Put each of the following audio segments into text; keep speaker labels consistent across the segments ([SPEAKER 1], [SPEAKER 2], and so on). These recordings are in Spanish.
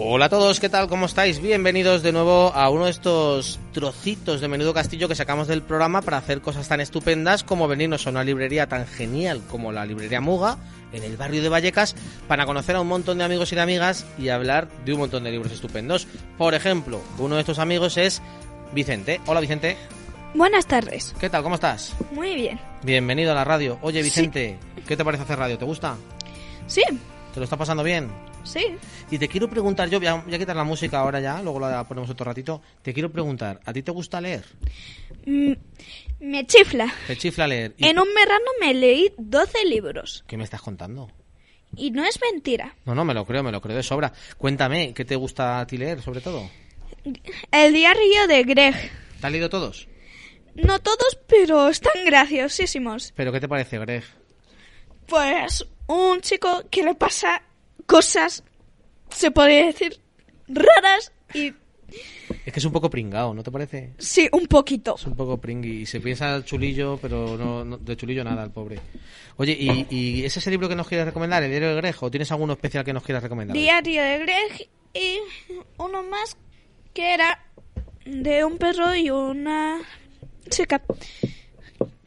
[SPEAKER 1] Hola a todos, ¿qué tal? ¿Cómo estáis? Bienvenidos de nuevo a uno de estos trocitos de menudo castillo que sacamos del programa para hacer cosas tan estupendas como venirnos a una librería tan genial como la librería Muga en el barrio de Vallecas para conocer a un montón de amigos y de amigas y hablar de un montón de libros estupendos. Por ejemplo, uno de estos amigos es Vicente. Hola Vicente,
[SPEAKER 2] Buenas tardes.
[SPEAKER 1] ¿qué tal? ¿Cómo estás?
[SPEAKER 2] Muy bien.
[SPEAKER 1] Bienvenido a la radio. Oye Vicente, ¿qué te parece hacer radio? ¿Te gusta?
[SPEAKER 2] Sí,
[SPEAKER 1] ¿Te lo está pasando bien?
[SPEAKER 2] sí.
[SPEAKER 1] Y te quiero preguntar, yo voy a, voy a quitar la música ahora ya, luego la ponemos otro ratito. Te quiero preguntar, ¿a ti te gusta leer?
[SPEAKER 2] Mm, me chifla.
[SPEAKER 1] ¿Te chifla leer? ¿Y
[SPEAKER 2] En un verano me leí 12 libros.
[SPEAKER 1] ¿Qué me estás contando?
[SPEAKER 2] Y no es mentira.
[SPEAKER 1] No, no, me lo creo, me lo creo de sobra. Cuéntame, ¿qué te gusta a ti leer, sobre todo?
[SPEAKER 2] El diario de Greg.
[SPEAKER 1] ¿Te has leído todos?
[SPEAKER 2] No todos, pero están graciosísimos.
[SPEAKER 1] ¿Pero qué te parece, Greg?
[SPEAKER 2] Pues un chico que le pasa cosas, se podría decir, raras y...
[SPEAKER 1] Es que es un poco pringao, ¿no te parece?
[SPEAKER 2] Sí, un poquito.
[SPEAKER 1] Es un poco pringui. Y se piensa al chulillo, pero no, no- de chulillo nada, el pobre. Oye, ¿y, y es ese libro que nos quieres recomendar, el diario de Greg? ¿O tienes alguno especial que nos quieras recomendar?
[SPEAKER 2] Diario de Greg y uno más que era de un perro y una chica.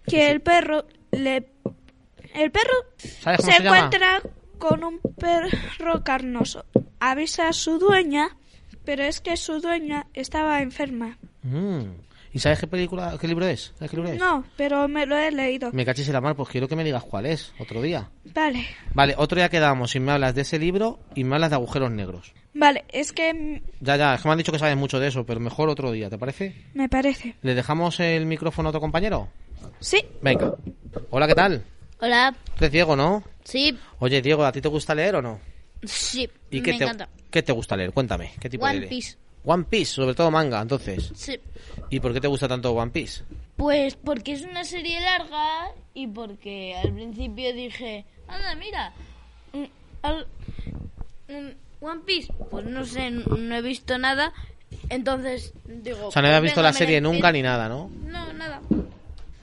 [SPEAKER 2] Que el perro le. El perro
[SPEAKER 1] ¿Sabes cómo
[SPEAKER 2] se
[SPEAKER 1] se llama?
[SPEAKER 2] encuentra con un perro carnoso. Avisa a su dueña, pero es que su dueña estaba enferma.
[SPEAKER 1] Mm. ¿Y sabes qué película, qué libro es? ¿Sabes qué libro es?
[SPEAKER 2] No, pero me lo he leído.
[SPEAKER 1] Me cachis en la mar, pues quiero que me digas cuál es, otro día.
[SPEAKER 2] Vale,
[SPEAKER 1] Vale, otro día quedamos y me hablas de ese libro y me hablas de agujeros negros.
[SPEAKER 2] vale, es que mm,
[SPEAKER 1] Ya, ya, es que me han dicho que sabes mucho de eso, pero mejor otro día, ¿te parece?
[SPEAKER 2] me parece.
[SPEAKER 1] ¿Le dejamos el micrófono a otro compañero?
[SPEAKER 2] Sí,
[SPEAKER 1] Venga. Hola, ¿qué tal?
[SPEAKER 3] Hola,
[SPEAKER 1] Tú eres Diego, ¿no?
[SPEAKER 3] sí,
[SPEAKER 1] Oye, Diego, ¿a ti te gusta leer o no?
[SPEAKER 3] sí,
[SPEAKER 1] ¿Y
[SPEAKER 3] me
[SPEAKER 1] qué, te,
[SPEAKER 3] encanta.
[SPEAKER 1] qué te gusta leer? Cuéntame, ¿qué tipo de
[SPEAKER 3] One
[SPEAKER 1] leer?
[SPEAKER 3] Piece.
[SPEAKER 1] One Piece, sobre todo manga, entonces.
[SPEAKER 3] Sí.
[SPEAKER 1] ¿Y por qué te gusta tanto One Piece?
[SPEAKER 3] Pues porque es una serie larga y porque al principio dije, anda, mira, mm, al- mm, One Piece, pues no sé, n- no he visto nada, entonces digo...
[SPEAKER 1] O sea, no
[SPEAKER 3] pues
[SPEAKER 1] habías visto
[SPEAKER 3] venga,
[SPEAKER 1] la
[SPEAKER 3] me
[SPEAKER 1] serie
[SPEAKER 3] empie-
[SPEAKER 1] nunca ni nada, ¿no?
[SPEAKER 3] No, nada.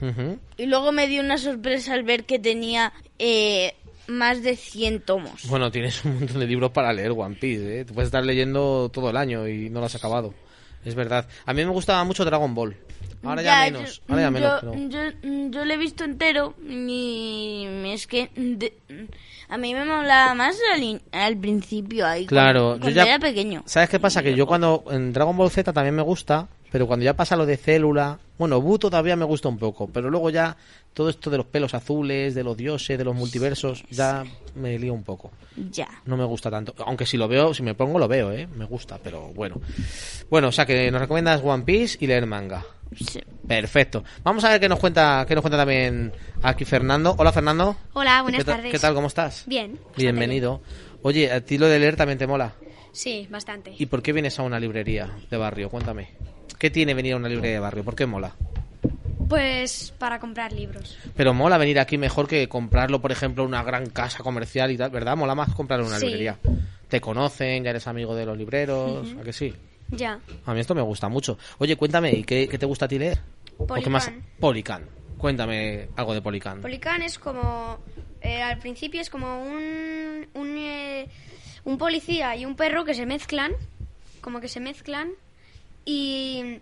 [SPEAKER 1] Ujú.
[SPEAKER 3] Y luego me dio una sorpresa al ver que tenía eh, más de 100 tomos.
[SPEAKER 1] Bueno, tienes un montón de libros para leer One Piece, ¿eh? Te puedes estar leyendo todo el año y no lo has acabado. Es verdad. A mí me gustaba mucho Dragon Ball. Ahora ya,
[SPEAKER 3] yo-
[SPEAKER 1] menos. ahora ya menos.
[SPEAKER 3] Yo,
[SPEAKER 1] pero-
[SPEAKER 3] yo- yo lo he visto entero y es que de- a mí me molaba más al, in- al principio ahí.
[SPEAKER 1] Claro,
[SPEAKER 3] cuando,
[SPEAKER 1] yo ya-
[SPEAKER 3] era pequeño.
[SPEAKER 1] ¿Sabes qué pasa? Que yo cuando en Dragon Ball Z también me gusta, pero cuando ya pasa lo de célula, bueno, Bu todavía me gusta un poco, pero luego ya todo esto de los pelos azules, de los dioses, de los multiversos, ya me lío un poco.
[SPEAKER 3] Ya.
[SPEAKER 1] No me gusta tanto, aunque si lo veo, si me pongo lo veo, ¿eh? Me gusta, pero bueno. Bueno, o sea que nos recomiendas One Piece y leer manga.
[SPEAKER 3] Sí.
[SPEAKER 1] Perfecto. Vamos a ver qué nos cuenta, qué nos cuenta también aquí Fernando. Hola Fernando.
[SPEAKER 4] Hola, buenas
[SPEAKER 1] ¿Qué ta-
[SPEAKER 4] tardes.
[SPEAKER 1] ¿Qué tal? ¿Cómo estás?
[SPEAKER 4] Bien. bastante
[SPEAKER 1] Bienvenido. Oye, a ti lo de leer también te mola.
[SPEAKER 4] bien. Sí, bastante.
[SPEAKER 1] ¿Y por qué vienes a una librería de barrio? Cuéntame. ¿Qué tiene venir a una librería de barrio? ¿Por qué mola?
[SPEAKER 4] Pues para comprar libros.
[SPEAKER 1] Pero mola venir aquí mejor que comprarlo, por ejemplo, en una gran casa comercial y tal, ¿verdad? Mola más comprarlo en una
[SPEAKER 4] Sí.
[SPEAKER 1] librería. Te conocen, ya eres amigo de los libreros, ¿a que sí?
[SPEAKER 4] Ya.
[SPEAKER 1] A mí esto me gusta mucho. Oye, cuéntame, ¿y qué, qué te gusta a ti leer? ¿O qué
[SPEAKER 4] Policán.
[SPEAKER 1] más? Polican. Cuéntame algo de Polican.
[SPEAKER 4] Policán es como. eh, al principio es como un. Un, eh, un policía y un perro que se mezclan. Como que se mezclan. Y.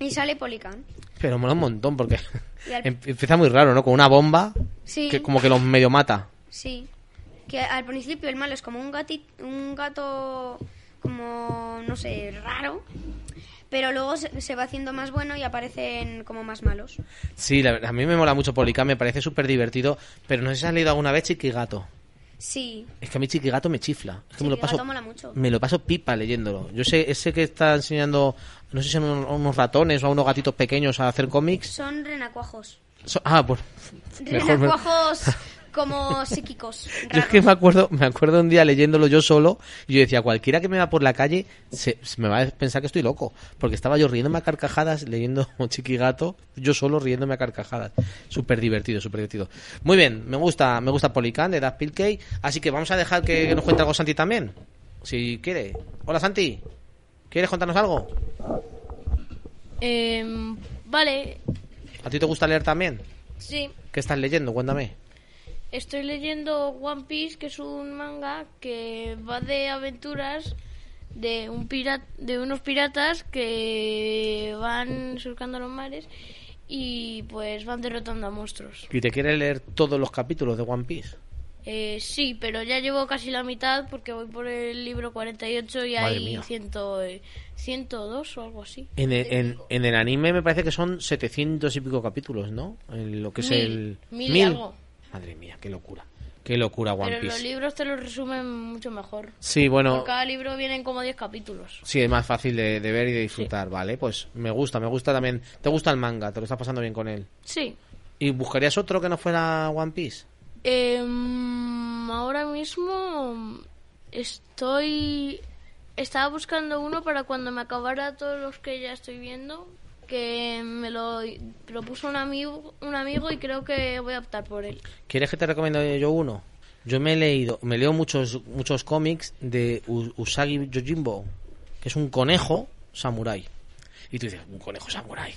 [SPEAKER 4] Y sale Policán.
[SPEAKER 1] Pero mola un montón porque
[SPEAKER 4] Y al-
[SPEAKER 1] em- empieza muy raro, ¿no? Con una bomba
[SPEAKER 4] Sí.
[SPEAKER 1] que como que los medio mata.
[SPEAKER 4] Sí. Que al principio el malo es como un gati, un gato como no sé, raro, pero luego se, se va haciendo más bueno y aparecen como más malos.
[SPEAKER 1] Sí, la verdad, a mí me mola mucho Polican, me parece súper divertido, pero no sé si has leído alguna vez Chiquigato.
[SPEAKER 4] Sí.
[SPEAKER 1] Es que a mí Chiquigato me chifla. Es que me lo
[SPEAKER 4] Chiquigato
[SPEAKER 1] paso
[SPEAKER 4] mola mucho.
[SPEAKER 1] me lo paso pipa leyéndolo. Yo sé ese que está enseñando no sé si son un- unos ratones o a unos gatitos pequeños a hacer cómics.
[SPEAKER 4] Son renacuajos.
[SPEAKER 1] So- ah, pues mejor me-
[SPEAKER 4] Renacuajos como psíquicos.
[SPEAKER 1] Yo es que
[SPEAKER 4] raros.
[SPEAKER 1] me acuerdo, me acuerdo un día leyéndolo yo solo y yo decía, cualquiera que me va por la calle se, se me va a pensar que estoy loco, porque estaba yo riéndome a carcajadas leyendo Chiquigato, yo solo riéndome a carcajadas. Súper divertido, súper divertido. Muy bien, me gusta, me gusta Policán de Daz Pilkey, así que vamos a dejar que nos cuente algo Santi también, si quiere. Hola Santi, ¿quieres contarnos algo?
[SPEAKER 5] Em, vale,
[SPEAKER 1] ¿A ti te gusta leer también?
[SPEAKER 5] sí.
[SPEAKER 1] ¿Qué estás leyendo? Cuéntame.
[SPEAKER 5] Estoy leyendo One Piece, que es un manga que va de aventuras
[SPEAKER 3] de un pirata, de unos piratas que van surcando los mares y pues van derrotando a monstruos.
[SPEAKER 1] ¿Y te quieres leer todos los capítulos de One Piece?
[SPEAKER 3] Eh, sí, pero ya llevo casi la mitad porque voy por el libro 48 y
[SPEAKER 1] Madre
[SPEAKER 3] hay
[SPEAKER 1] mía.
[SPEAKER 3] 100, eh, 102 o algo así.
[SPEAKER 1] En el, en, en el anime me parece que son 700 y pico capítulos, ¿no? En lo que es
[SPEAKER 3] Mil,
[SPEAKER 1] el...
[SPEAKER 3] mil y algo.
[SPEAKER 1] Madre mía, qué locura. Qué locura One
[SPEAKER 3] pero los
[SPEAKER 1] Piece.
[SPEAKER 3] libros te los resumen mucho mejor.
[SPEAKER 1] Sí, bueno,
[SPEAKER 3] Por cada libro vienen como 10 capítulos.
[SPEAKER 1] sí, es más fácil de, de ver y de disfrutar, ¿vale? Pues me gusta, me gusta también. ¿Te gusta el manga? ¿Te lo estás pasando bien con él?
[SPEAKER 3] Sí.
[SPEAKER 1] ¿Y buscarías otro que no fuera One Piece?
[SPEAKER 3] Em, ahora mismo estoy. Estaba buscando uno para cuando me acabara todos los que ya estoy viendo. Que me lo propuso un amigo, un amigo y creo que voy a optar por él.
[SPEAKER 1] ¿Quieres que te recomiende yo uno? Yo me he leído, me leo muchos muchos cómics de U- Usagi Yojimbo, que es un conejo samurái. Y tú dices, un conejo samurái.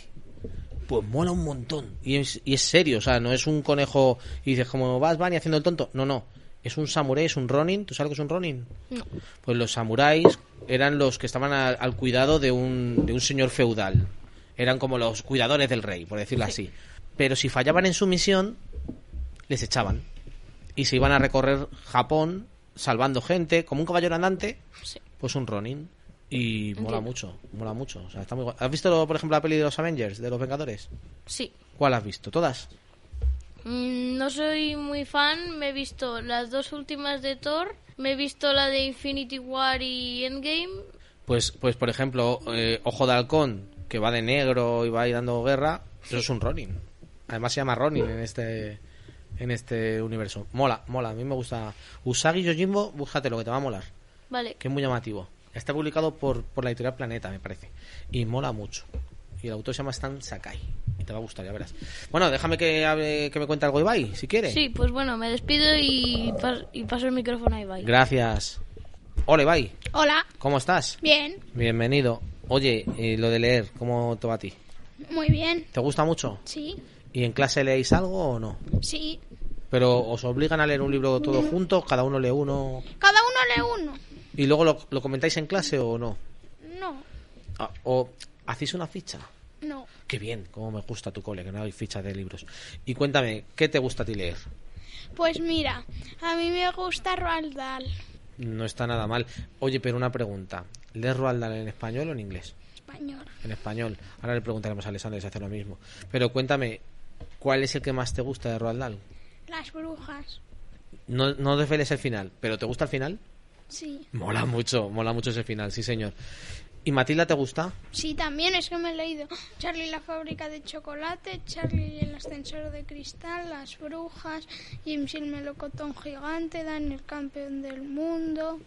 [SPEAKER 1] Pues mola un montón. Y es, y es serio, o sea, no es un conejo y dices, como vas, van y haciendo el tonto. No, no. Es un samurái, es un ronin. ¿Tú sabes lo que es un ronin?
[SPEAKER 3] No.
[SPEAKER 1] Pues los samuráis eran los que estaban a- al cuidado de un, de un señor feudal. Eran como los cuidadores del rey, por decirlo así. Pero si fallaban en su misión, les echaban. Y se iban a recorrer Japón salvando gente, como un caballero andante,
[SPEAKER 3] Sí.
[SPEAKER 1] pues un Ronin. Y mola mucho, mola mucho. O sea, está muy guay. ¿Has visto, por ejemplo, la peli de los Avengers, de los Vengadores?
[SPEAKER 3] Sí.
[SPEAKER 1] ¿Cuál has visto? ¿Todas?
[SPEAKER 3] Mm, No soy muy fan, me he visto las dos últimas de Thor, me he visto la de Infinity War y Endgame.
[SPEAKER 1] Pues, pues por ejemplo, eh, Ojo de Halcón, que va de negro y va ahí dando guerra, eso es un Ronin. Además se llama Ronin en este en este universo. Mola, mola, a mí me gusta. Usagi Yojimbo, búscate lo que te va a molar,
[SPEAKER 3] Vale,
[SPEAKER 1] que es muy llamativo. Está publicado por, por la editorial Planeta, me parece. Y mola mucho. Y el autor se llama Stan Sakai. Y te va a gustar, ya verás. Bueno, déjame que, hable- que me cuente algo Ibai, si quieres.
[SPEAKER 3] sí, pues bueno, me despido y, pas- y paso el micrófono a Ibai.
[SPEAKER 1] Gracias. Hola Ibai,
[SPEAKER 6] Hola,
[SPEAKER 1] ¿cómo estás?
[SPEAKER 6] bien,
[SPEAKER 1] Bienvenido. Oye, eh, lo de leer, ¿cómo te va a ti?
[SPEAKER 6] muy bien.
[SPEAKER 1] ¿Te gusta mucho?
[SPEAKER 6] Sí,
[SPEAKER 1] ¿Y en clase leéis algo o no?
[SPEAKER 6] sí.
[SPEAKER 1] Pero os obligan a leer un libro todos juntos, cada uno lee uno.
[SPEAKER 6] Cada uno lee uno.
[SPEAKER 1] ¿Y luego lo, lo comentáis en clase o no?
[SPEAKER 6] No,
[SPEAKER 1] Ah, ¿O hacéis una ficha?
[SPEAKER 6] no.
[SPEAKER 1] Qué bien, cómo me gusta tu cole, que no hay fichas de libros. Y cuéntame, ¿qué te gusta a ti leer?
[SPEAKER 6] Pues mira, a mí me gusta Roald Dahl,
[SPEAKER 1] No está nada mal. Oye, pero una pregunta. ¿Lees Roald Dahl en español o en inglés?
[SPEAKER 6] español.
[SPEAKER 1] En español. Ahora le preguntaremos a Alessandra si hace lo mismo. Pero cuéntame, ¿cuál es el que más te gusta de Roald Dahl?
[SPEAKER 6] Las brujas,
[SPEAKER 1] No, no desveles el final, pero ¿te gusta el final?
[SPEAKER 6] sí.
[SPEAKER 1] Mola mucho, mola mucho ese final, sí señor. ¿Y Matilda te gusta?
[SPEAKER 6] Sí, también es que me he leído Charlie y la fábrica de chocolate, Charlie y el ascensor de cristal, Las brujas, James y el melocotón gigante, Dan el campeón del mundo.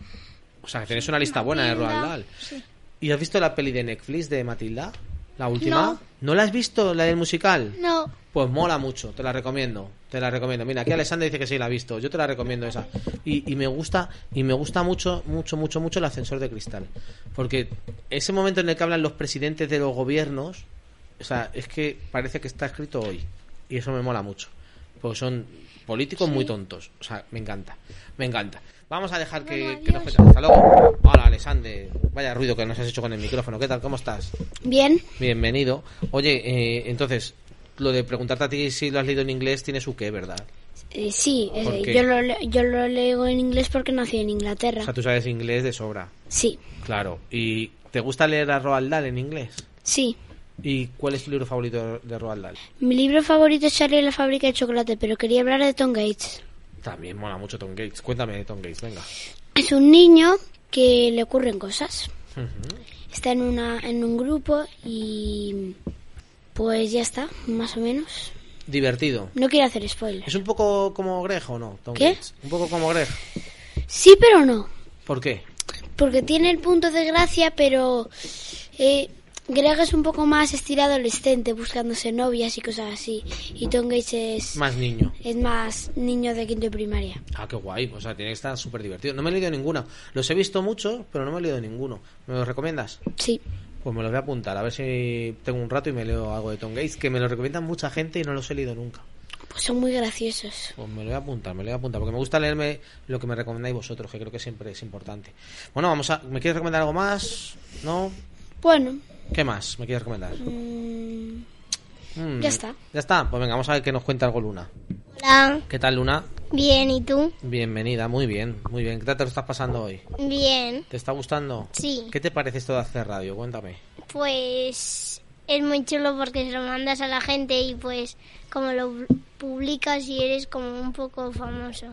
[SPEAKER 1] O sea, que tienes una lista buena de Roald
[SPEAKER 6] Matilda.
[SPEAKER 1] Dahl.
[SPEAKER 6] Sí.
[SPEAKER 1] ¿Y has visto la peli de Netflix de Matilda? ¿La última? No. la has visto, la del musical?
[SPEAKER 6] No,
[SPEAKER 1] Pues mola mucho, te la recomiendo, te la recomiendo. Mira, aquí Alessandra dice que sí la ha visto, yo te la recomiendo esa. Y, y me gusta, y me gusta mucho, mucho, mucho, mucho el ascensor de cristal. Porque ese momento en el que hablan los presidentes de los gobiernos, o sea, es que parece que está escrito hoy. Y eso me mola mucho. Porque son políticos muy tontos. O sea, me encanta, me encanta. Vamos a dejar que,
[SPEAKER 6] Bueno,
[SPEAKER 1] que nos
[SPEAKER 6] adiós.
[SPEAKER 1] cuenten. Hasta luego. Hola, Alessandre. Vaya ruido que nos has hecho con el micrófono. ¿Qué tal? ¿Cómo estás?
[SPEAKER 7] Bien.
[SPEAKER 1] Bienvenido. Oye, eh, entonces, lo de preguntarte a ti si lo has leído en inglés tiene su qué, ¿verdad?
[SPEAKER 7] Eh, sí, eh,
[SPEAKER 1] ¿Por qué?
[SPEAKER 7] yo, lo, le- yo lo leo en inglés porque nací en Inglaterra.
[SPEAKER 1] O sea, tú sabes inglés de sobra.
[SPEAKER 7] Sí,
[SPEAKER 1] Claro. ¿Y te gusta leer a Roald Dahl en inglés?
[SPEAKER 7] sí.
[SPEAKER 1] ¿Y cuál es tu libro favorito de Roald Dahl?
[SPEAKER 7] Mi libro favorito es Charlie y la fábrica de chocolate, pero quería hablar de Tom Gates.
[SPEAKER 1] También mola mucho Tom Gates. Cuéntame de Tom Gates, venga.
[SPEAKER 7] Es un niño que le ocurren cosas. Está en, una, en un grupo y pues ya está, más o menos.
[SPEAKER 1] Divertido.
[SPEAKER 7] No quiero hacer spoiler.
[SPEAKER 1] ¿Es un poco como Greg o no, Tom
[SPEAKER 7] ¿Qué?
[SPEAKER 1] Gates? Un poco como Greg.
[SPEAKER 7] Sí, pero no.
[SPEAKER 1] ¿Por qué?
[SPEAKER 7] Porque tiene el punto de gracia, pero eh, Greg es un poco más estilo adolescente, buscándose novias y cosas así. Y Tom Gates es,
[SPEAKER 1] Más niño.
[SPEAKER 7] es más niño de quinto de primaria.
[SPEAKER 1] Ah, qué guay. O sea, tiene que estar súper divertido. No me he leído ninguno. Los he visto muchos, pero no me he leído ninguno. ¿Me los recomiendas?
[SPEAKER 7] Sí.
[SPEAKER 1] Pues me los voy a apuntar, a ver si tengo un rato y me leo algo de Tom Gates, que me lo recomiendan mucha gente y no los he leído nunca.
[SPEAKER 7] Pues son muy graciosos.
[SPEAKER 1] Pues me lo voy a apuntar, me lo voy a apuntar, porque me gusta leerme lo que me recomendáis vosotros, que creo que siempre es importante. Bueno, vamos a... ¿Me quieres recomendar algo más? ¿No?
[SPEAKER 7] Bueno,
[SPEAKER 1] ¿Qué más me quieres recomendar?
[SPEAKER 7] mm,
[SPEAKER 1] Mm,
[SPEAKER 7] ya está.
[SPEAKER 1] Ya está, pues venga, vamos a ver qué nos cuenta algo Luna.
[SPEAKER 8] Hola,
[SPEAKER 1] ¿Qué tal Luna?
[SPEAKER 8] bien, ¿y tú?
[SPEAKER 1] Bienvenida, muy bien, muy bien. ¿Qué tal te lo estás pasando hoy?
[SPEAKER 8] Bien,
[SPEAKER 1] ¿Te está gustando?
[SPEAKER 8] sí.
[SPEAKER 1] ¿Qué te parece esto de hacer radio? Cuéntame.
[SPEAKER 8] Pues es muy chulo porque se lo mandas a la gente y pues como lo publicas y eres como un poco famoso.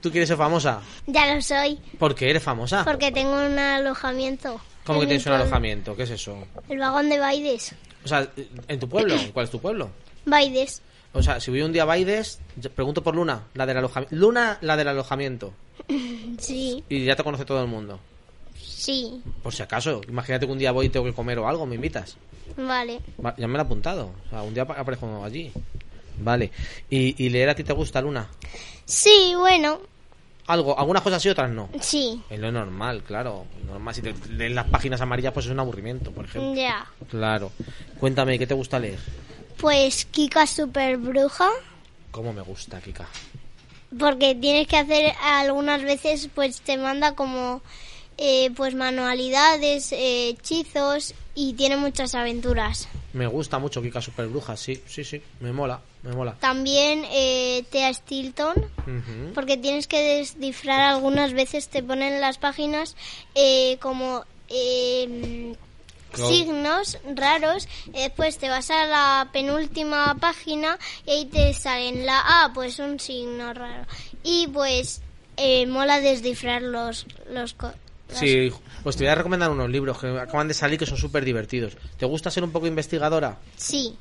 [SPEAKER 1] ¿Tú quieres ser famosa?
[SPEAKER 8] Ya lo soy
[SPEAKER 1] ¿Por qué eres famosa?
[SPEAKER 8] porque tengo un alojamiento.
[SPEAKER 1] ¿Cómo que
[SPEAKER 8] en mi
[SPEAKER 1] tienes un
[SPEAKER 8] pueblo.
[SPEAKER 1] alojamiento? ¿Qué es eso?
[SPEAKER 8] El vagón de Baides.
[SPEAKER 1] O sea, ¿en tu pueblo? ¿Cuál es tu pueblo?
[SPEAKER 8] Baides.
[SPEAKER 1] O sea, si voy un día a Baides, yo pregunto por Luna, la del alojamiento. Luna, la del alojamiento.
[SPEAKER 8] Sí,
[SPEAKER 1] Y ya te conoce todo el mundo.
[SPEAKER 8] sí,
[SPEAKER 1] Por si acaso, imagínate que un día voy y tengo que comer o algo, me invitas.
[SPEAKER 8] vale.
[SPEAKER 1] Va- Ya me lo he apuntado. O sea, un día pa- aparezco allí. Vale. ¿Y, y leer a ti te gusta, Luna?
[SPEAKER 8] Sí, bueno,
[SPEAKER 1] Algo, algunas cosas sí, otras no.
[SPEAKER 8] sí,
[SPEAKER 1] Es lo normal, claro. Normal, si te lees las páginas amarillas, pues es un aburrimiento, por ejemplo.
[SPEAKER 8] ya.
[SPEAKER 1] Claro. Cuéntame, ¿qué te gusta leer?
[SPEAKER 8] Pues Kika Super Bruja.
[SPEAKER 1] ¿Cómo me gusta, Kika?
[SPEAKER 8] Porque tienes que hacer algunas veces, pues te manda como eh, pues manualidades, eh, hechizos y tiene muchas aventuras.
[SPEAKER 1] Me gusta mucho Kika Superbruja, sí, sí, sí. Me mola, me mola.
[SPEAKER 8] También eh, Tea Stilton,
[SPEAKER 1] Ujú.
[SPEAKER 8] porque tienes que descifrar algunas veces, te ponen las páginas eh, como eh,
[SPEAKER 1] Claro.
[SPEAKER 8] signos raros, y después te vas a la penúltima página y ahí te salen la A, pues un signo raro. Y pues eh, mola descifrar los... los co- las-
[SPEAKER 1] Sí, pues te voy a recomendar unos libros que acaban de salir que son súper divertidos. ¿Te gusta ser un poco investigadora?
[SPEAKER 8] sí,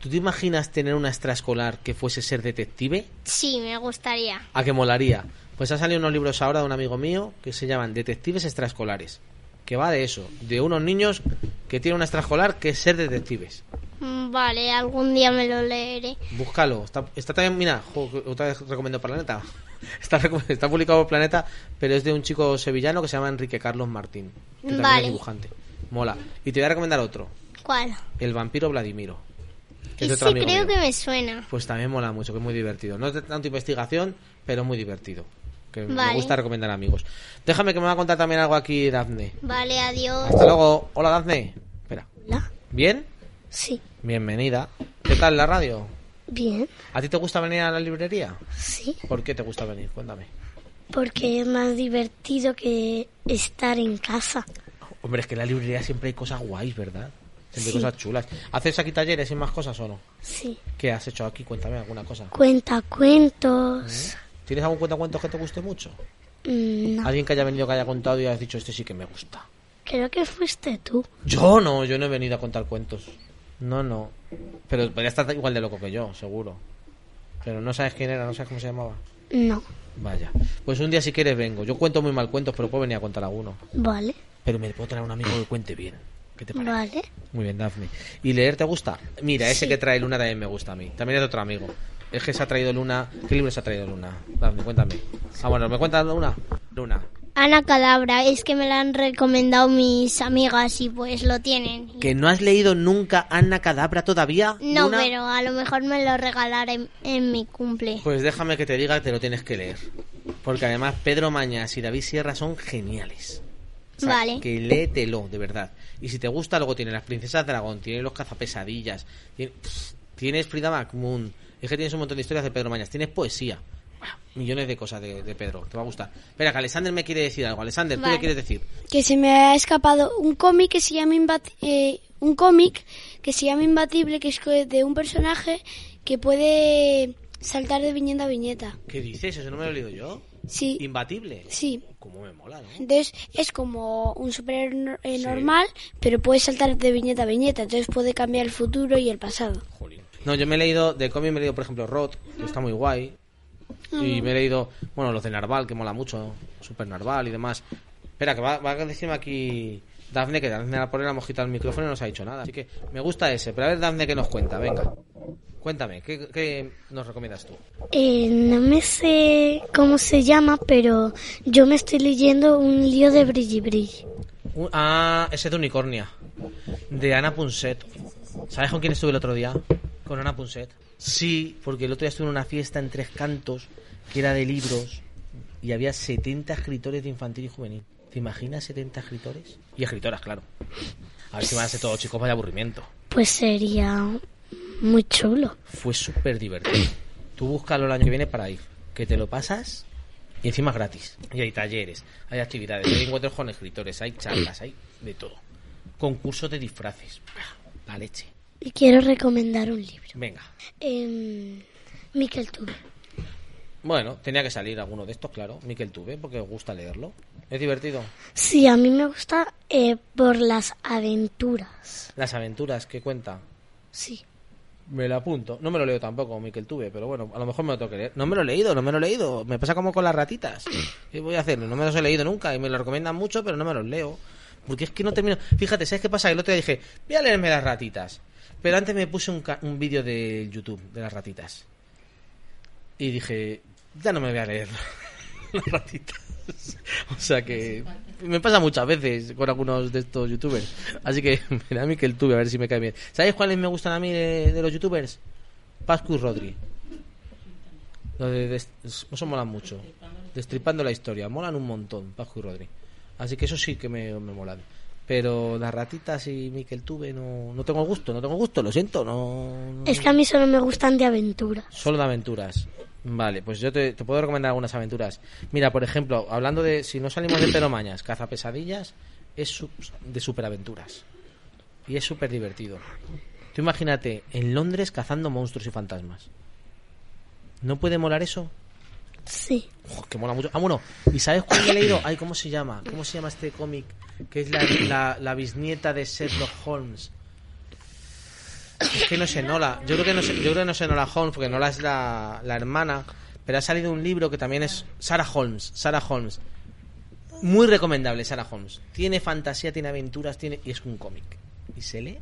[SPEAKER 1] ¿Tú te imaginas tener una extraescolar que fuese ser detective?
[SPEAKER 8] sí, me gustaría.
[SPEAKER 1] ¿A que molaría? Pues han salido unos libros ahora de un amigo mío que se llaman Detectives Extraescolares. Que va de eso, de unos niños que tienen una extraescolar que es ser detectives.
[SPEAKER 8] Mm, Vale, algún día me lo leeré.
[SPEAKER 1] Búscalo. Está, está también, mira, jo, que otra vez recomiendo Planeta. Está, reco- está publicado por Planeta, pero es de un chico sevillano que se llama Enrique Carlos Martín. Que también
[SPEAKER 8] Vale.
[SPEAKER 1] es dibujante. Mola. Y te voy a recomendar otro.
[SPEAKER 8] ¿Cuál?
[SPEAKER 1] El vampiro Vladimiro. que es
[SPEAKER 8] Ese
[SPEAKER 1] otro amigo
[SPEAKER 8] creo
[SPEAKER 1] mío.
[SPEAKER 8] que me suena.
[SPEAKER 1] Pues también mola mucho, que es muy divertido. No es de tanta investigación, pero muy divertido. Que me
[SPEAKER 8] Vale.
[SPEAKER 1] gusta recomendar a amigos. Déjame que me va a contar también algo aquí, Dafne.
[SPEAKER 8] Vale, adiós.
[SPEAKER 1] Hasta luego. Hola, Dafne. Espera.
[SPEAKER 7] Hola.
[SPEAKER 1] ¿Bien?
[SPEAKER 7] Sí.
[SPEAKER 1] Bienvenida. ¿Qué tal la radio?
[SPEAKER 7] Bien.
[SPEAKER 1] ¿A ti te gusta venir a la librería?
[SPEAKER 7] Sí.
[SPEAKER 1] ¿Por qué te gusta venir? Cuéntame.
[SPEAKER 7] Porque es más divertido que estar en casa.
[SPEAKER 1] Hombre, es que en la librería siempre hay cosas guays, ¿verdad? Siempre hay
[SPEAKER 7] Sí.
[SPEAKER 1] cosas chulas. ¿Haces aquí talleres y más cosas o no?
[SPEAKER 7] Sí.
[SPEAKER 1] ¿Qué has hecho aquí? Cuéntame alguna cosa. ¿Eh?
[SPEAKER 7] Cuenta cuentos. mm,
[SPEAKER 1] ¿Tienes algún cuentacuentos que te guste mucho?
[SPEAKER 7] No.
[SPEAKER 1] Alguien que haya venido que haya contado y has dicho, este sí que me gusta.
[SPEAKER 7] Creo que fuiste tú.
[SPEAKER 1] Yo no, yo no he venido a contar cuentos. No, no. Pero podría estar igual de loco que yo, seguro. Pero no sabes quién era, no sabes cómo se llamaba.
[SPEAKER 7] No.
[SPEAKER 1] Vaya. Pues un día si quieres vengo. Yo cuento muy mal cuentos, pero puedo venir a contar alguno.
[SPEAKER 7] Vale.
[SPEAKER 1] Pero me puedo traer a un amigo que cuente bien. ¿Qué te parece?
[SPEAKER 7] Vale.
[SPEAKER 1] Muy bien, Dafne. ¿Y leer te gusta? Mira, ese que trae Luna también me gusta a mí. También es de otro amigo. Es que se ha traído Luna. ¿Qué libro se ha traído Luna? Dafne, cuéntame. Ah, bueno, ¿me cuentas Luna? Luna.
[SPEAKER 8] Ana Cadabra, es que me la han recomendado mis amigas y pues lo tienen.
[SPEAKER 1] ¿Que no has leído nunca Anna Cadabra todavía?
[SPEAKER 8] No,
[SPEAKER 1] Luna?
[SPEAKER 8] pero a lo mejor me lo regalarán en, en mi cumple.
[SPEAKER 1] Pues déjame que te diga que te lo tienes que leer. Porque además Pedro Mañas y David Sierra son geniales. O sea,
[SPEAKER 8] Vale.
[SPEAKER 1] Que léetelo, de verdad. Y si te gusta, luego tiene las princesas dragón, tiene los cazapesadillas, tiene, pff, tienes Frida McMoon. Es que tienes un montón de historias de Pedro Mañas, tienes poesía. Ah, Millones de cosas de, de Pedro, te va a gustar. Espera, que Alexander me quiere decir algo. Alexander, ¿tú
[SPEAKER 8] Vale.
[SPEAKER 1] qué quieres decir?
[SPEAKER 7] Que se me ha escapado un cómic que se llama Imbat- eh, un cómic que se llama Imbatible, que es co- de un personaje que puede saltar de viñeta a viñeta.
[SPEAKER 1] ¿Qué dices? Eso no me lo he leído yo.
[SPEAKER 7] Sí.
[SPEAKER 1] Imbatible.
[SPEAKER 7] Sí.
[SPEAKER 1] Como me mola, ¿no?
[SPEAKER 7] Entonces es como un superhéroe nor- eh, normal, pero puede saltar de viñeta a viñeta, entonces puede cambiar el futuro y el pasado.
[SPEAKER 1] No, yo me he leído, de cómic me he leído, por ejemplo, Rod, que está muy guay. Y me he leído, bueno, los de Narval, que mola mucho, Super Narval y demás. Espera, que va, va a decirme aquí Dafne, que Dafne la pone la mojita al micrófono y no nos ha dicho nada. Así que me gusta ese, pero a ver Dafne qué nos cuenta, venga. Cuéntame, ¿qué, qué nos recomiendas tú?
[SPEAKER 7] Eh, no me sé cómo se llama, pero yo me estoy leyendo un lío de Brilli Brilli.
[SPEAKER 1] Un- ah, ese de Unicornia, de Ana Punset. ¿Sabes con quién estuve el otro día? Con Ana Punset. Sí, porque el otro día estuve en una fiesta en Tres Cantos que era de libros y había 70 escritores de infantil y juvenil. ¿Te imaginas 70 escritores? Y escritoras, claro. A ver si van a ser todos chicos, vaya aburrimiento.
[SPEAKER 5] Pues sería muy chulo.
[SPEAKER 1] Fue súper divertido. Tú búscalo el año que viene para ir, que te lo pasas y encima es gratis. Y hay talleres, hay actividades, hay encuentros con escritores, hay charlas, hay de todo. Concursos de disfraces. La leche.
[SPEAKER 5] Y quiero recomendar un libro.
[SPEAKER 1] Venga.
[SPEAKER 5] Em, Miquel Tuve.
[SPEAKER 1] Bueno, tenía que salir alguno de estos, claro. Miquel Tuve, porque os gusta leerlo. Es divertido.
[SPEAKER 5] Sí, a mí me gusta eh, por las aventuras.
[SPEAKER 1] Las aventuras, ¿qué cuenta?
[SPEAKER 5] Sí.
[SPEAKER 1] Me lo apunto. No me lo leo tampoco, Miquel Tuve, pero bueno, a lo mejor me lo tengo que leer. No me lo he leído, no me lo he leído. Me pasa como con las ratitas. ¿Qué voy a hacer? No me los he leído nunca y me lo recomiendan mucho, pero no me los leo. Porque es que no termino. Fíjate, ¿sabes qué pasa? El otro día dije, voy a leerme las ratitas. Pero antes me puse un, ca- un vídeo de YouTube de las ratitas. Y dije, ya no me voy a leer las ratitas. O sea que me pasa muchas veces con algunos de estos youtubers. Así que mira a mí que el tube, a ver si me cae bien. ¿Sabéis cuáles me gustan a mí de, de los youtubers? Pascu y Rodri. Los de, de- eso molan mucho. Destripando la historia. Molan un montón, Pascu y Rodri. Así que eso sí que me, me molan. Pero las ratitas y Miquel Tube no, no tengo gusto, no tengo gusto, lo siento, no, no-
[SPEAKER 5] Es que a mí solo me gustan de aventuras.
[SPEAKER 1] Solo de aventuras. Vale, pues yo te, te puedo recomendar algunas aventuras. Mira, por ejemplo, hablando de. Si no salimos de Peromañas, Caza Pesadillas es su- de superaventuras. Y es súper divertido. Tú imagínate, en Londres cazando monstruos y fantasmas. ¿No puede molar eso?
[SPEAKER 5] Sí.
[SPEAKER 1] Ojo, que mola mucho. Ah, bueno, ¿y sabes cuál he leído? Ay, ¿cómo se llama? ¿Cómo se llama este cómic? Que es la, la, la bisnieta de Sherlock Holmes. Es que no es Enola. Yo creo que no es, yo creo que no es Enola Holmes, porque Enola es la, la hermana. Pero ha salido un libro que también es Sarah Holmes. Sarah Holmes. Muy recomendable, Sarah Holmes. Tiene fantasía, tiene aventuras, tiene y es un cómic. Y se lee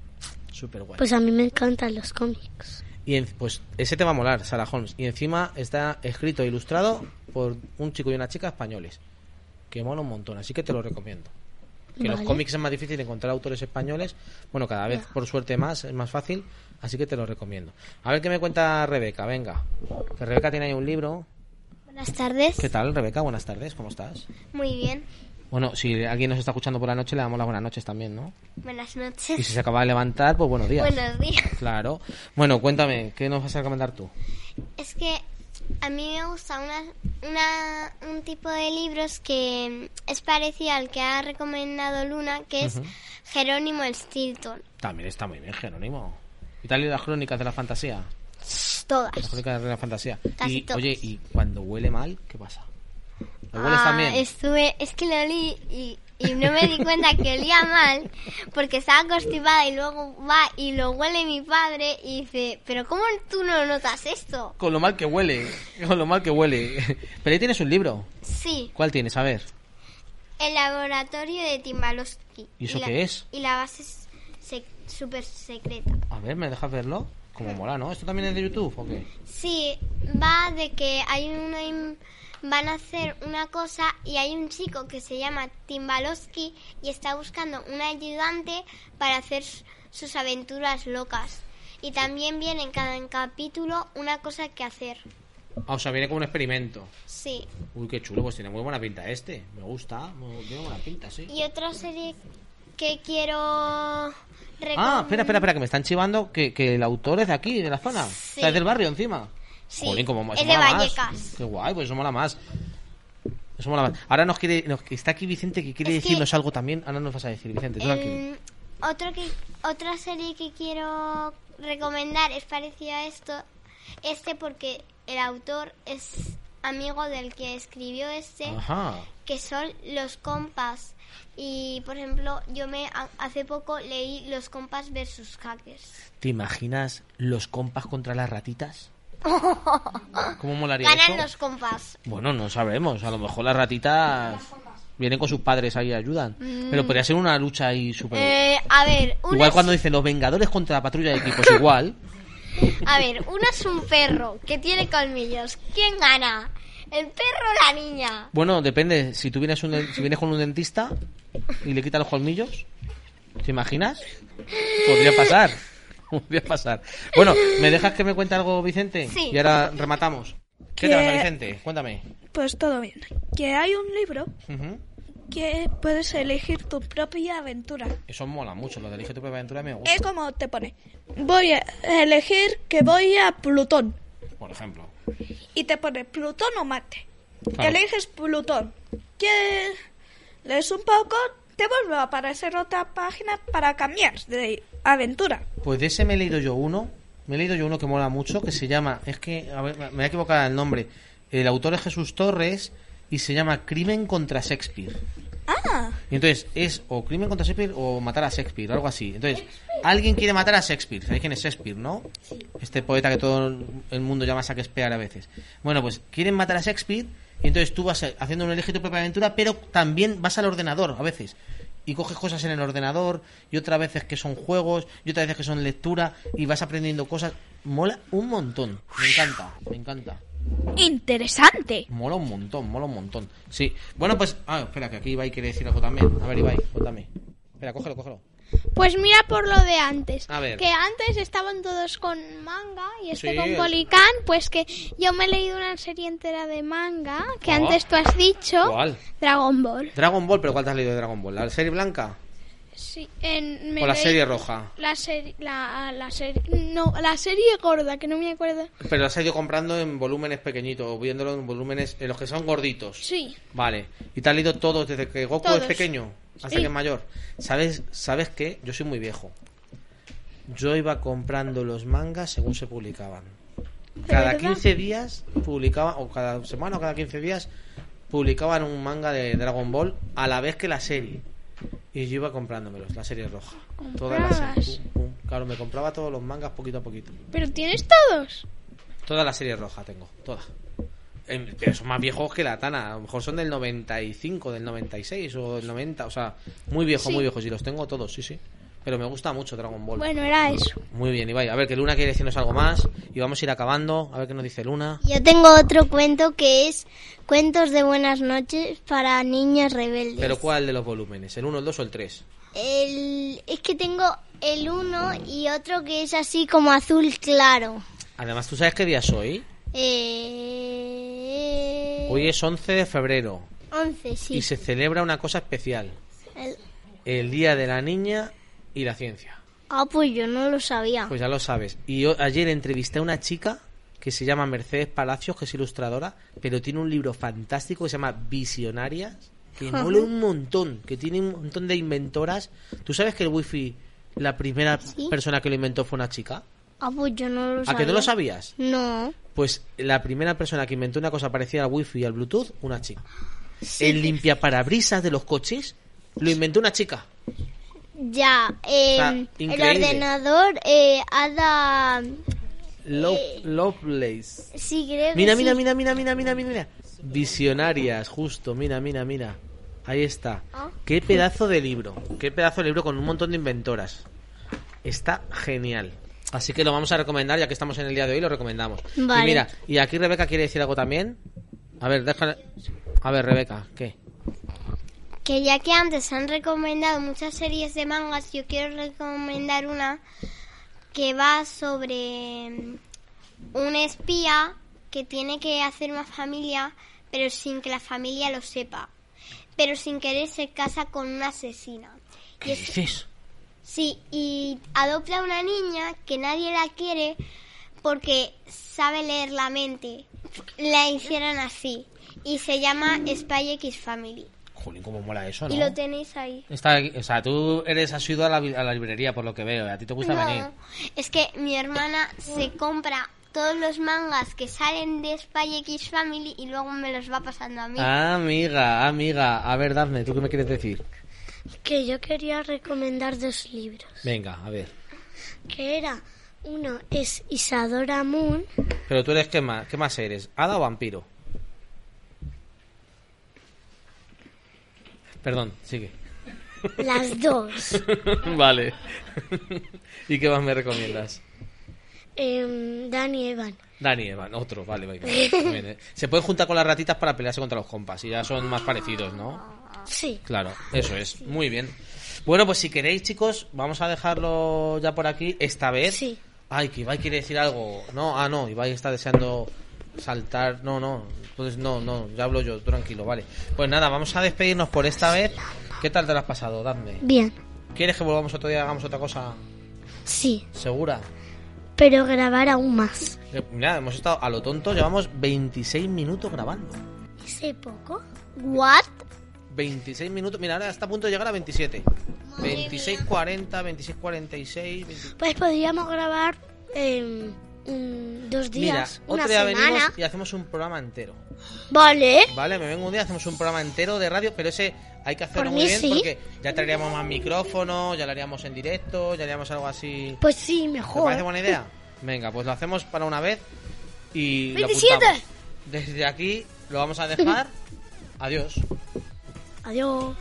[SPEAKER 1] súper guay.
[SPEAKER 5] Pues a mí me encantan los cómics.
[SPEAKER 1] Y en- pues ese te va a molar, Sarah Holmes. Y encima está escrito e ilustrado por un chico y una chica españoles. Que mola un montón, así que te lo recomiendo. Que los
[SPEAKER 5] Vale.
[SPEAKER 1] cómics es más difícil encontrar autores españoles. Bueno, cada vez por suerte más, es más fácil. Así que te lo recomiendo. A ver qué me cuenta Rebeca, venga. Que Rebeca tiene ahí un libro.
[SPEAKER 9] Buenas tardes.
[SPEAKER 1] ¿Qué tal, Rebeca? Buenas tardes, ¿cómo estás?
[SPEAKER 9] Muy bien.
[SPEAKER 1] Bueno, si alguien nos está escuchando por la noche, le damos las buenas noches también, ¿no?
[SPEAKER 9] Buenas
[SPEAKER 1] Y
[SPEAKER 9] noches.
[SPEAKER 1] si se acaba de levantar, pues buenos días.
[SPEAKER 9] Buenos días.
[SPEAKER 1] Claro. Bueno, cuéntame, ¿qué nos vas a recomendar tú?
[SPEAKER 9] Es que a mí me gusta una, una- un tipo de libros que es parecido al que ha recomendado Luna, que es Jerónimo Stilton.
[SPEAKER 1] También está muy bien, Jerónimo. ¿Y tal y las crónicas de la fantasía? Las
[SPEAKER 9] Todas.
[SPEAKER 1] crónicas de la fantasía.
[SPEAKER 9] Casi
[SPEAKER 1] y,
[SPEAKER 9] todas.
[SPEAKER 1] Oye, ¿y cuando huele mal, qué pasa? ¿Lo hueles
[SPEAKER 9] Ah,
[SPEAKER 1] también?
[SPEAKER 9] Estuve, es que lo li y, y no me di cuenta que olía mal porque estaba constipada y luego va y lo huele mi padre y dice, pero ¿cómo tú no notas esto?
[SPEAKER 1] Con lo mal que huele, con lo mal que huele. Pero ahí tienes un libro.
[SPEAKER 9] Sí,
[SPEAKER 1] ¿Cuál tienes? A ver.
[SPEAKER 9] el laboratorio de Timbalowski.
[SPEAKER 1] ¿Y eso qué es?
[SPEAKER 9] Y la base es sec- súper secreta.
[SPEAKER 1] A ver, ¿me dejas verlo? Como mola, ¿no? ¿Esto también es de YouTube o qué?
[SPEAKER 9] Sí, va de que hay una im- van a hacer una cosa y hay un chico que se llama Timbalowski y está buscando un ayudante para hacer s- sus aventuras locas. Y también viene en cada capítulo una cosa que hacer.
[SPEAKER 1] Ah, o sea, viene como un experimento.
[SPEAKER 9] Sí.
[SPEAKER 1] Uy, qué chulo, pues tiene muy buena pinta este. Me gusta, muy- tiene buena pinta, sí.
[SPEAKER 9] Y otra serie que quiero
[SPEAKER 1] Ah, espera, espera, espera, que me están chivando que, que el autor es de aquí, de la zona.
[SPEAKER 9] Sí.
[SPEAKER 1] O sea, es del barrio encima.
[SPEAKER 9] Sí,
[SPEAKER 1] Jolín, cómo mo-
[SPEAKER 9] es
[SPEAKER 1] eso
[SPEAKER 9] de
[SPEAKER 1] mola más.
[SPEAKER 9] Vallecas.
[SPEAKER 1] Qué guay, pues eso mola más. Eso mola más. Ahora nos quiere, nos- está aquí Vicente que quiere
[SPEAKER 9] Es que-
[SPEAKER 1] decirnos algo también. Ahora nos vas a decir, Vicente, tú tranquilo.
[SPEAKER 9] Em, otro que, otra serie que quiero recomendar es parecida a esto, este porque el autor es amigo del que escribió este,
[SPEAKER 1] Ajá.
[SPEAKER 9] que son los compas. Y por ejemplo, yo me ha- hace poco leí Los compas versus hackers.
[SPEAKER 1] ¿Te imaginas los compas contra las ratitas? ¿Cómo molaría
[SPEAKER 9] Ganan
[SPEAKER 1] eso?
[SPEAKER 9] los compas.
[SPEAKER 1] Bueno, no sabemos. A lo mejor las ratitas vienen con sus padres ahí y ayudan. Pero podría ser una lucha ahí súper...
[SPEAKER 9] Mm. Eh, a ver, uno
[SPEAKER 1] igual
[SPEAKER 9] es-
[SPEAKER 1] cuando dicen los Vengadores contra la patrulla de equipos, igual.
[SPEAKER 9] a ver, uno es un perro que tiene colmillos. ¿Quién gana? ¿El perro o la niña?
[SPEAKER 1] Bueno, depende. Si tú vienes, un, den- si vienes con un dentista y le quita los colmillos, ¿te imaginas? Podría pasar. Voy a pasar. Bueno, ¿me dejas que me cuente algo, Vicente?
[SPEAKER 9] Sí.
[SPEAKER 1] Y ahora rematamos. ¿Qué
[SPEAKER 2] Que-
[SPEAKER 1] tal, Vicente? Cuéntame.
[SPEAKER 2] Pues todo bien. Que hay un libro
[SPEAKER 1] Ujú.
[SPEAKER 2] que puedes elegir tu propia aventura.
[SPEAKER 1] Eso mola mucho, lo de Elige tu propia aventura me gusta,
[SPEAKER 2] Es como te pone. Voy a elegir que voy a Plutón.
[SPEAKER 1] por ejemplo.
[SPEAKER 2] Y te pone Plutón o Marte.
[SPEAKER 1] Claro.
[SPEAKER 2] Eliges Plutón. Que lees un poco, te vuelve a aparecer otra página para cambiar de aventura.
[SPEAKER 1] Pues de ese me he leído yo uno, me he leído yo uno que mola mucho, que se llama, es que, a ver, me voy a equivocar el nombre, el autor es Jesús Torres y se llama Crimen contra Shakespeare.
[SPEAKER 2] Ah,
[SPEAKER 1] Y entonces es o crimen contra Shakespeare o matar a Shakespeare, algo así. Entonces, alguien quiere matar a Shakespeare. ¿Sabéis quién es Shakespeare, no? Este poeta que todo el mundo llama Shakespeare a veces. Bueno, pues quieren matar a Shakespeare y entonces tú vas haciendo un elige tu propia aventura, pero también vas al ordenador a veces. Y coges cosas en el ordenador, y otras veces que son juegos, y otras veces que son lectura, y vas aprendiendo cosas. Mola un montón. Me encanta, me encanta.
[SPEAKER 2] interesante.
[SPEAKER 1] Mola un montón, mola un montón. Sí. Bueno, pues. Ah, espera, que aquí Ibai quiere decir algo también. A ver, Ibai, cuéntame. Espera, cógelo, cógelo.
[SPEAKER 9] Pues mira por lo de antes.
[SPEAKER 1] A ver.
[SPEAKER 9] Que antes estaban todos con manga y este
[SPEAKER 1] Sí,
[SPEAKER 9] con
[SPEAKER 1] es-
[SPEAKER 9] Policán. Pues que yo me he leído una serie entera de manga que
[SPEAKER 1] Ah.
[SPEAKER 9] antes tú has dicho.
[SPEAKER 1] ¿Cuál?
[SPEAKER 9] Dragon Ball.
[SPEAKER 1] Dragon Ball, pero ¿cuál te has leído de Dragon Ball? ¿La serie blanca?
[SPEAKER 9] Sí, en- me
[SPEAKER 1] ¿O la
[SPEAKER 9] leí
[SPEAKER 1] serie roja?
[SPEAKER 9] La serie. La, la serie. No, la serie gorda, que no me acuerdo.
[SPEAKER 1] Pero la has ido comprando en volúmenes pequeñitos, o viéndolo en volúmenes en los que son gorditos.
[SPEAKER 9] Sí.
[SPEAKER 1] Vale. ¿Y te has leído todos desde que Goku
[SPEAKER 9] Todos.
[SPEAKER 1] es pequeño hasta
[SPEAKER 9] Sí.
[SPEAKER 1] que es mayor? ¿Sabes, ¿Sabes qué? Yo soy muy viejo. Yo iba comprando los mangas según se publicaban. Cada
[SPEAKER 9] verdad?
[SPEAKER 1] 15 días publicaban, o cada semana o cada 15 días, publicaban un manga de Dragon Ball a la vez que la serie. Y yo iba comprándomelos, la serie roja. Todas las
[SPEAKER 9] ¿Comprabas?
[SPEAKER 1] series. Pum, pum. Claro, me compraba todos los mangas poquito a poquito.
[SPEAKER 9] Pero tienes todos.
[SPEAKER 1] Toda la serie roja tengo, toda. Em, Pero son más viejos que la Tana. A lo mejor son del 95, del 96 o del 90. O sea, muy viejo, muy viejos. Y los tengo todos, sí, sí. Pero me gusta mucho Dragon Ball.
[SPEAKER 9] Bueno, era eso.
[SPEAKER 1] Muy bien, Ibai. A ver, que Luna quiere decirnos algo más. Y vamos a ir acabando. A ver qué nos dice Luna.
[SPEAKER 9] Yo tengo otro cuento que es Cuentos de Buenas noches para niñas rebeldes.
[SPEAKER 1] Pero ¿cuál de los volúmenes? ¿El 1, el 2 o el 3?
[SPEAKER 9] El, es que tengo el uno y otro que es así como azul claro.
[SPEAKER 1] Además, ¿tú sabes qué día es hoy?
[SPEAKER 9] Eh,
[SPEAKER 1] Hoy es 11 de febrero.
[SPEAKER 9] 11, sí.
[SPEAKER 1] Y se celebra una cosa especial.
[SPEAKER 9] El-
[SPEAKER 1] El Día de la Niña y la Ciencia.
[SPEAKER 9] Ah, pues yo no lo sabía.
[SPEAKER 1] Pues ya lo sabes. Y yo ayer entrevisté a una chica que se llama Mercedes Palacios, que es ilustradora, pero tiene un libro fantástico que se llama Visionarias, que mola un montón, que tiene un montón de inventoras. ¿Tú sabes que el wifi, la primera persona que lo inventó fue una chica?
[SPEAKER 9] Ah, pues yo no lo
[SPEAKER 1] ¿A
[SPEAKER 9] sabía.
[SPEAKER 1] que no lo sabías?
[SPEAKER 9] No.
[SPEAKER 1] Pues la primera persona que inventó una cosa parecida al wifi y al bluetooth, una chica. El limpiaparabrisas de los coches lo inventó una chica.
[SPEAKER 9] Ya, eh,
[SPEAKER 1] Está
[SPEAKER 9] el
[SPEAKER 1] increíble.
[SPEAKER 9] ordenador, eh, Ada...
[SPEAKER 1] Lo- Lovelace.
[SPEAKER 9] Eh. Sí, creo que
[SPEAKER 1] Mira,
[SPEAKER 9] sí.
[SPEAKER 1] mira, mira, mira, mira, mira, mira, mira. Visionarias, justo, mira, mira, mira. Ahí está.
[SPEAKER 9] Ah.
[SPEAKER 1] Qué pedazo de libro. Qué pedazo de libro con un montón de inventoras. Está genial. Así que lo vamos a recomendar, ya que estamos en el día de hoy, lo recomendamos. Y
[SPEAKER 9] Vale.
[SPEAKER 1] mira, y aquí Rebeca quiere decir algo también. A ver, déjale. A ver, Rebeca, ¿qué?
[SPEAKER 9] Que ya que antes han recomendado muchas series de mangas, yo quiero recomendar una que va sobre mm, un espía que tiene que hacer una familia, pero sin que la familia lo sepa. Pero sin querer se casa con una asesina.
[SPEAKER 1] ¿Qué dices?
[SPEAKER 9] Sí, y adopta a una niña que nadie la quiere porque sabe leer la mente. La hicieron así. Y se llama Spy X Family.
[SPEAKER 1] Jolín, cómo mola eso, ¿no?
[SPEAKER 9] Y lo tenéis ahí.
[SPEAKER 1] Está aquí- o sea, tú eres asiduo a la, bi- a la librería, por lo que veo. y A ti te gusta venir.
[SPEAKER 9] No, es que mi hermana se compra todos los mangas que salen de Spy X Family y luego me los va pasando a mí.
[SPEAKER 1] Ah, amiga, amiga. A ver, Dafne, ¿tú qué me quieres decir?
[SPEAKER 5] Que yo quería recomendar dos libros.
[SPEAKER 1] Venga, a ver.
[SPEAKER 5] Que era, uno es Isadora Moon.
[SPEAKER 1] Pero tú eres qué más, qué más eres, hada o vampiro. Perdón, sigue.
[SPEAKER 5] Las dos.
[SPEAKER 1] vale. ¿Y qué más me recomiendas?
[SPEAKER 5] Em, Dani Evan.
[SPEAKER 1] Dani, Evan, otro, vale, vale. vale. Muy bien, eh. Se pueden juntar con las ratitas para pelearse contra los compas y ya son más parecidos, ¿no?
[SPEAKER 5] Sí.
[SPEAKER 1] Claro, eso es. Muy bien. Bueno, pues si queréis, chicos, vamos a dejarlo ya por aquí esta vez.
[SPEAKER 5] Sí.
[SPEAKER 1] Ay, que Ibai quiere decir algo. No, ah, no, Ibai está deseando saltar. No, no. Entonces, no, no, ya hablo yo, tranquilo, vale. Pues nada, vamos a despedirnos por esta vez. ¿Qué tal te lo has pasado? Dadme.
[SPEAKER 5] Bien,
[SPEAKER 1] ¿Quieres que volvamos otro día y hagamos otra cosa
[SPEAKER 5] sí,
[SPEAKER 1] segura?
[SPEAKER 5] pero grabar aún más.
[SPEAKER 1] Eh, Mira, hemos estado a lo tonto, llevamos 26 minutos grabando.
[SPEAKER 5] ¿Ese poco?
[SPEAKER 9] ¿What?
[SPEAKER 1] 26 minutos, mira, ahora está a punto de llegar a 27. 26.40, 26.46, 26...
[SPEAKER 5] Pues podríamos grabar em, mm, dos
[SPEAKER 1] Mira,
[SPEAKER 5] días,
[SPEAKER 1] otro
[SPEAKER 5] una
[SPEAKER 1] día
[SPEAKER 5] semana.
[SPEAKER 1] venimos y hacemos un programa entero.
[SPEAKER 5] Vale.
[SPEAKER 1] Vale, me vengo un día, hacemos un programa entero de radio, pero ese hay que hacerlo
[SPEAKER 5] Por
[SPEAKER 1] muy
[SPEAKER 5] mí
[SPEAKER 1] bien
[SPEAKER 5] sí.
[SPEAKER 1] porque ya traeríamos más micrófonos, ya lo haríamos en directo, ya haríamos algo así.
[SPEAKER 5] Pues sí,
[SPEAKER 1] ¿Te
[SPEAKER 5] mejor.
[SPEAKER 1] parece buena idea? Venga, pues lo hacemos para una vez y lo
[SPEAKER 5] 27.
[SPEAKER 1] apuntamos. Desde aquí lo vamos a dejar. Adiós.
[SPEAKER 5] Adiós.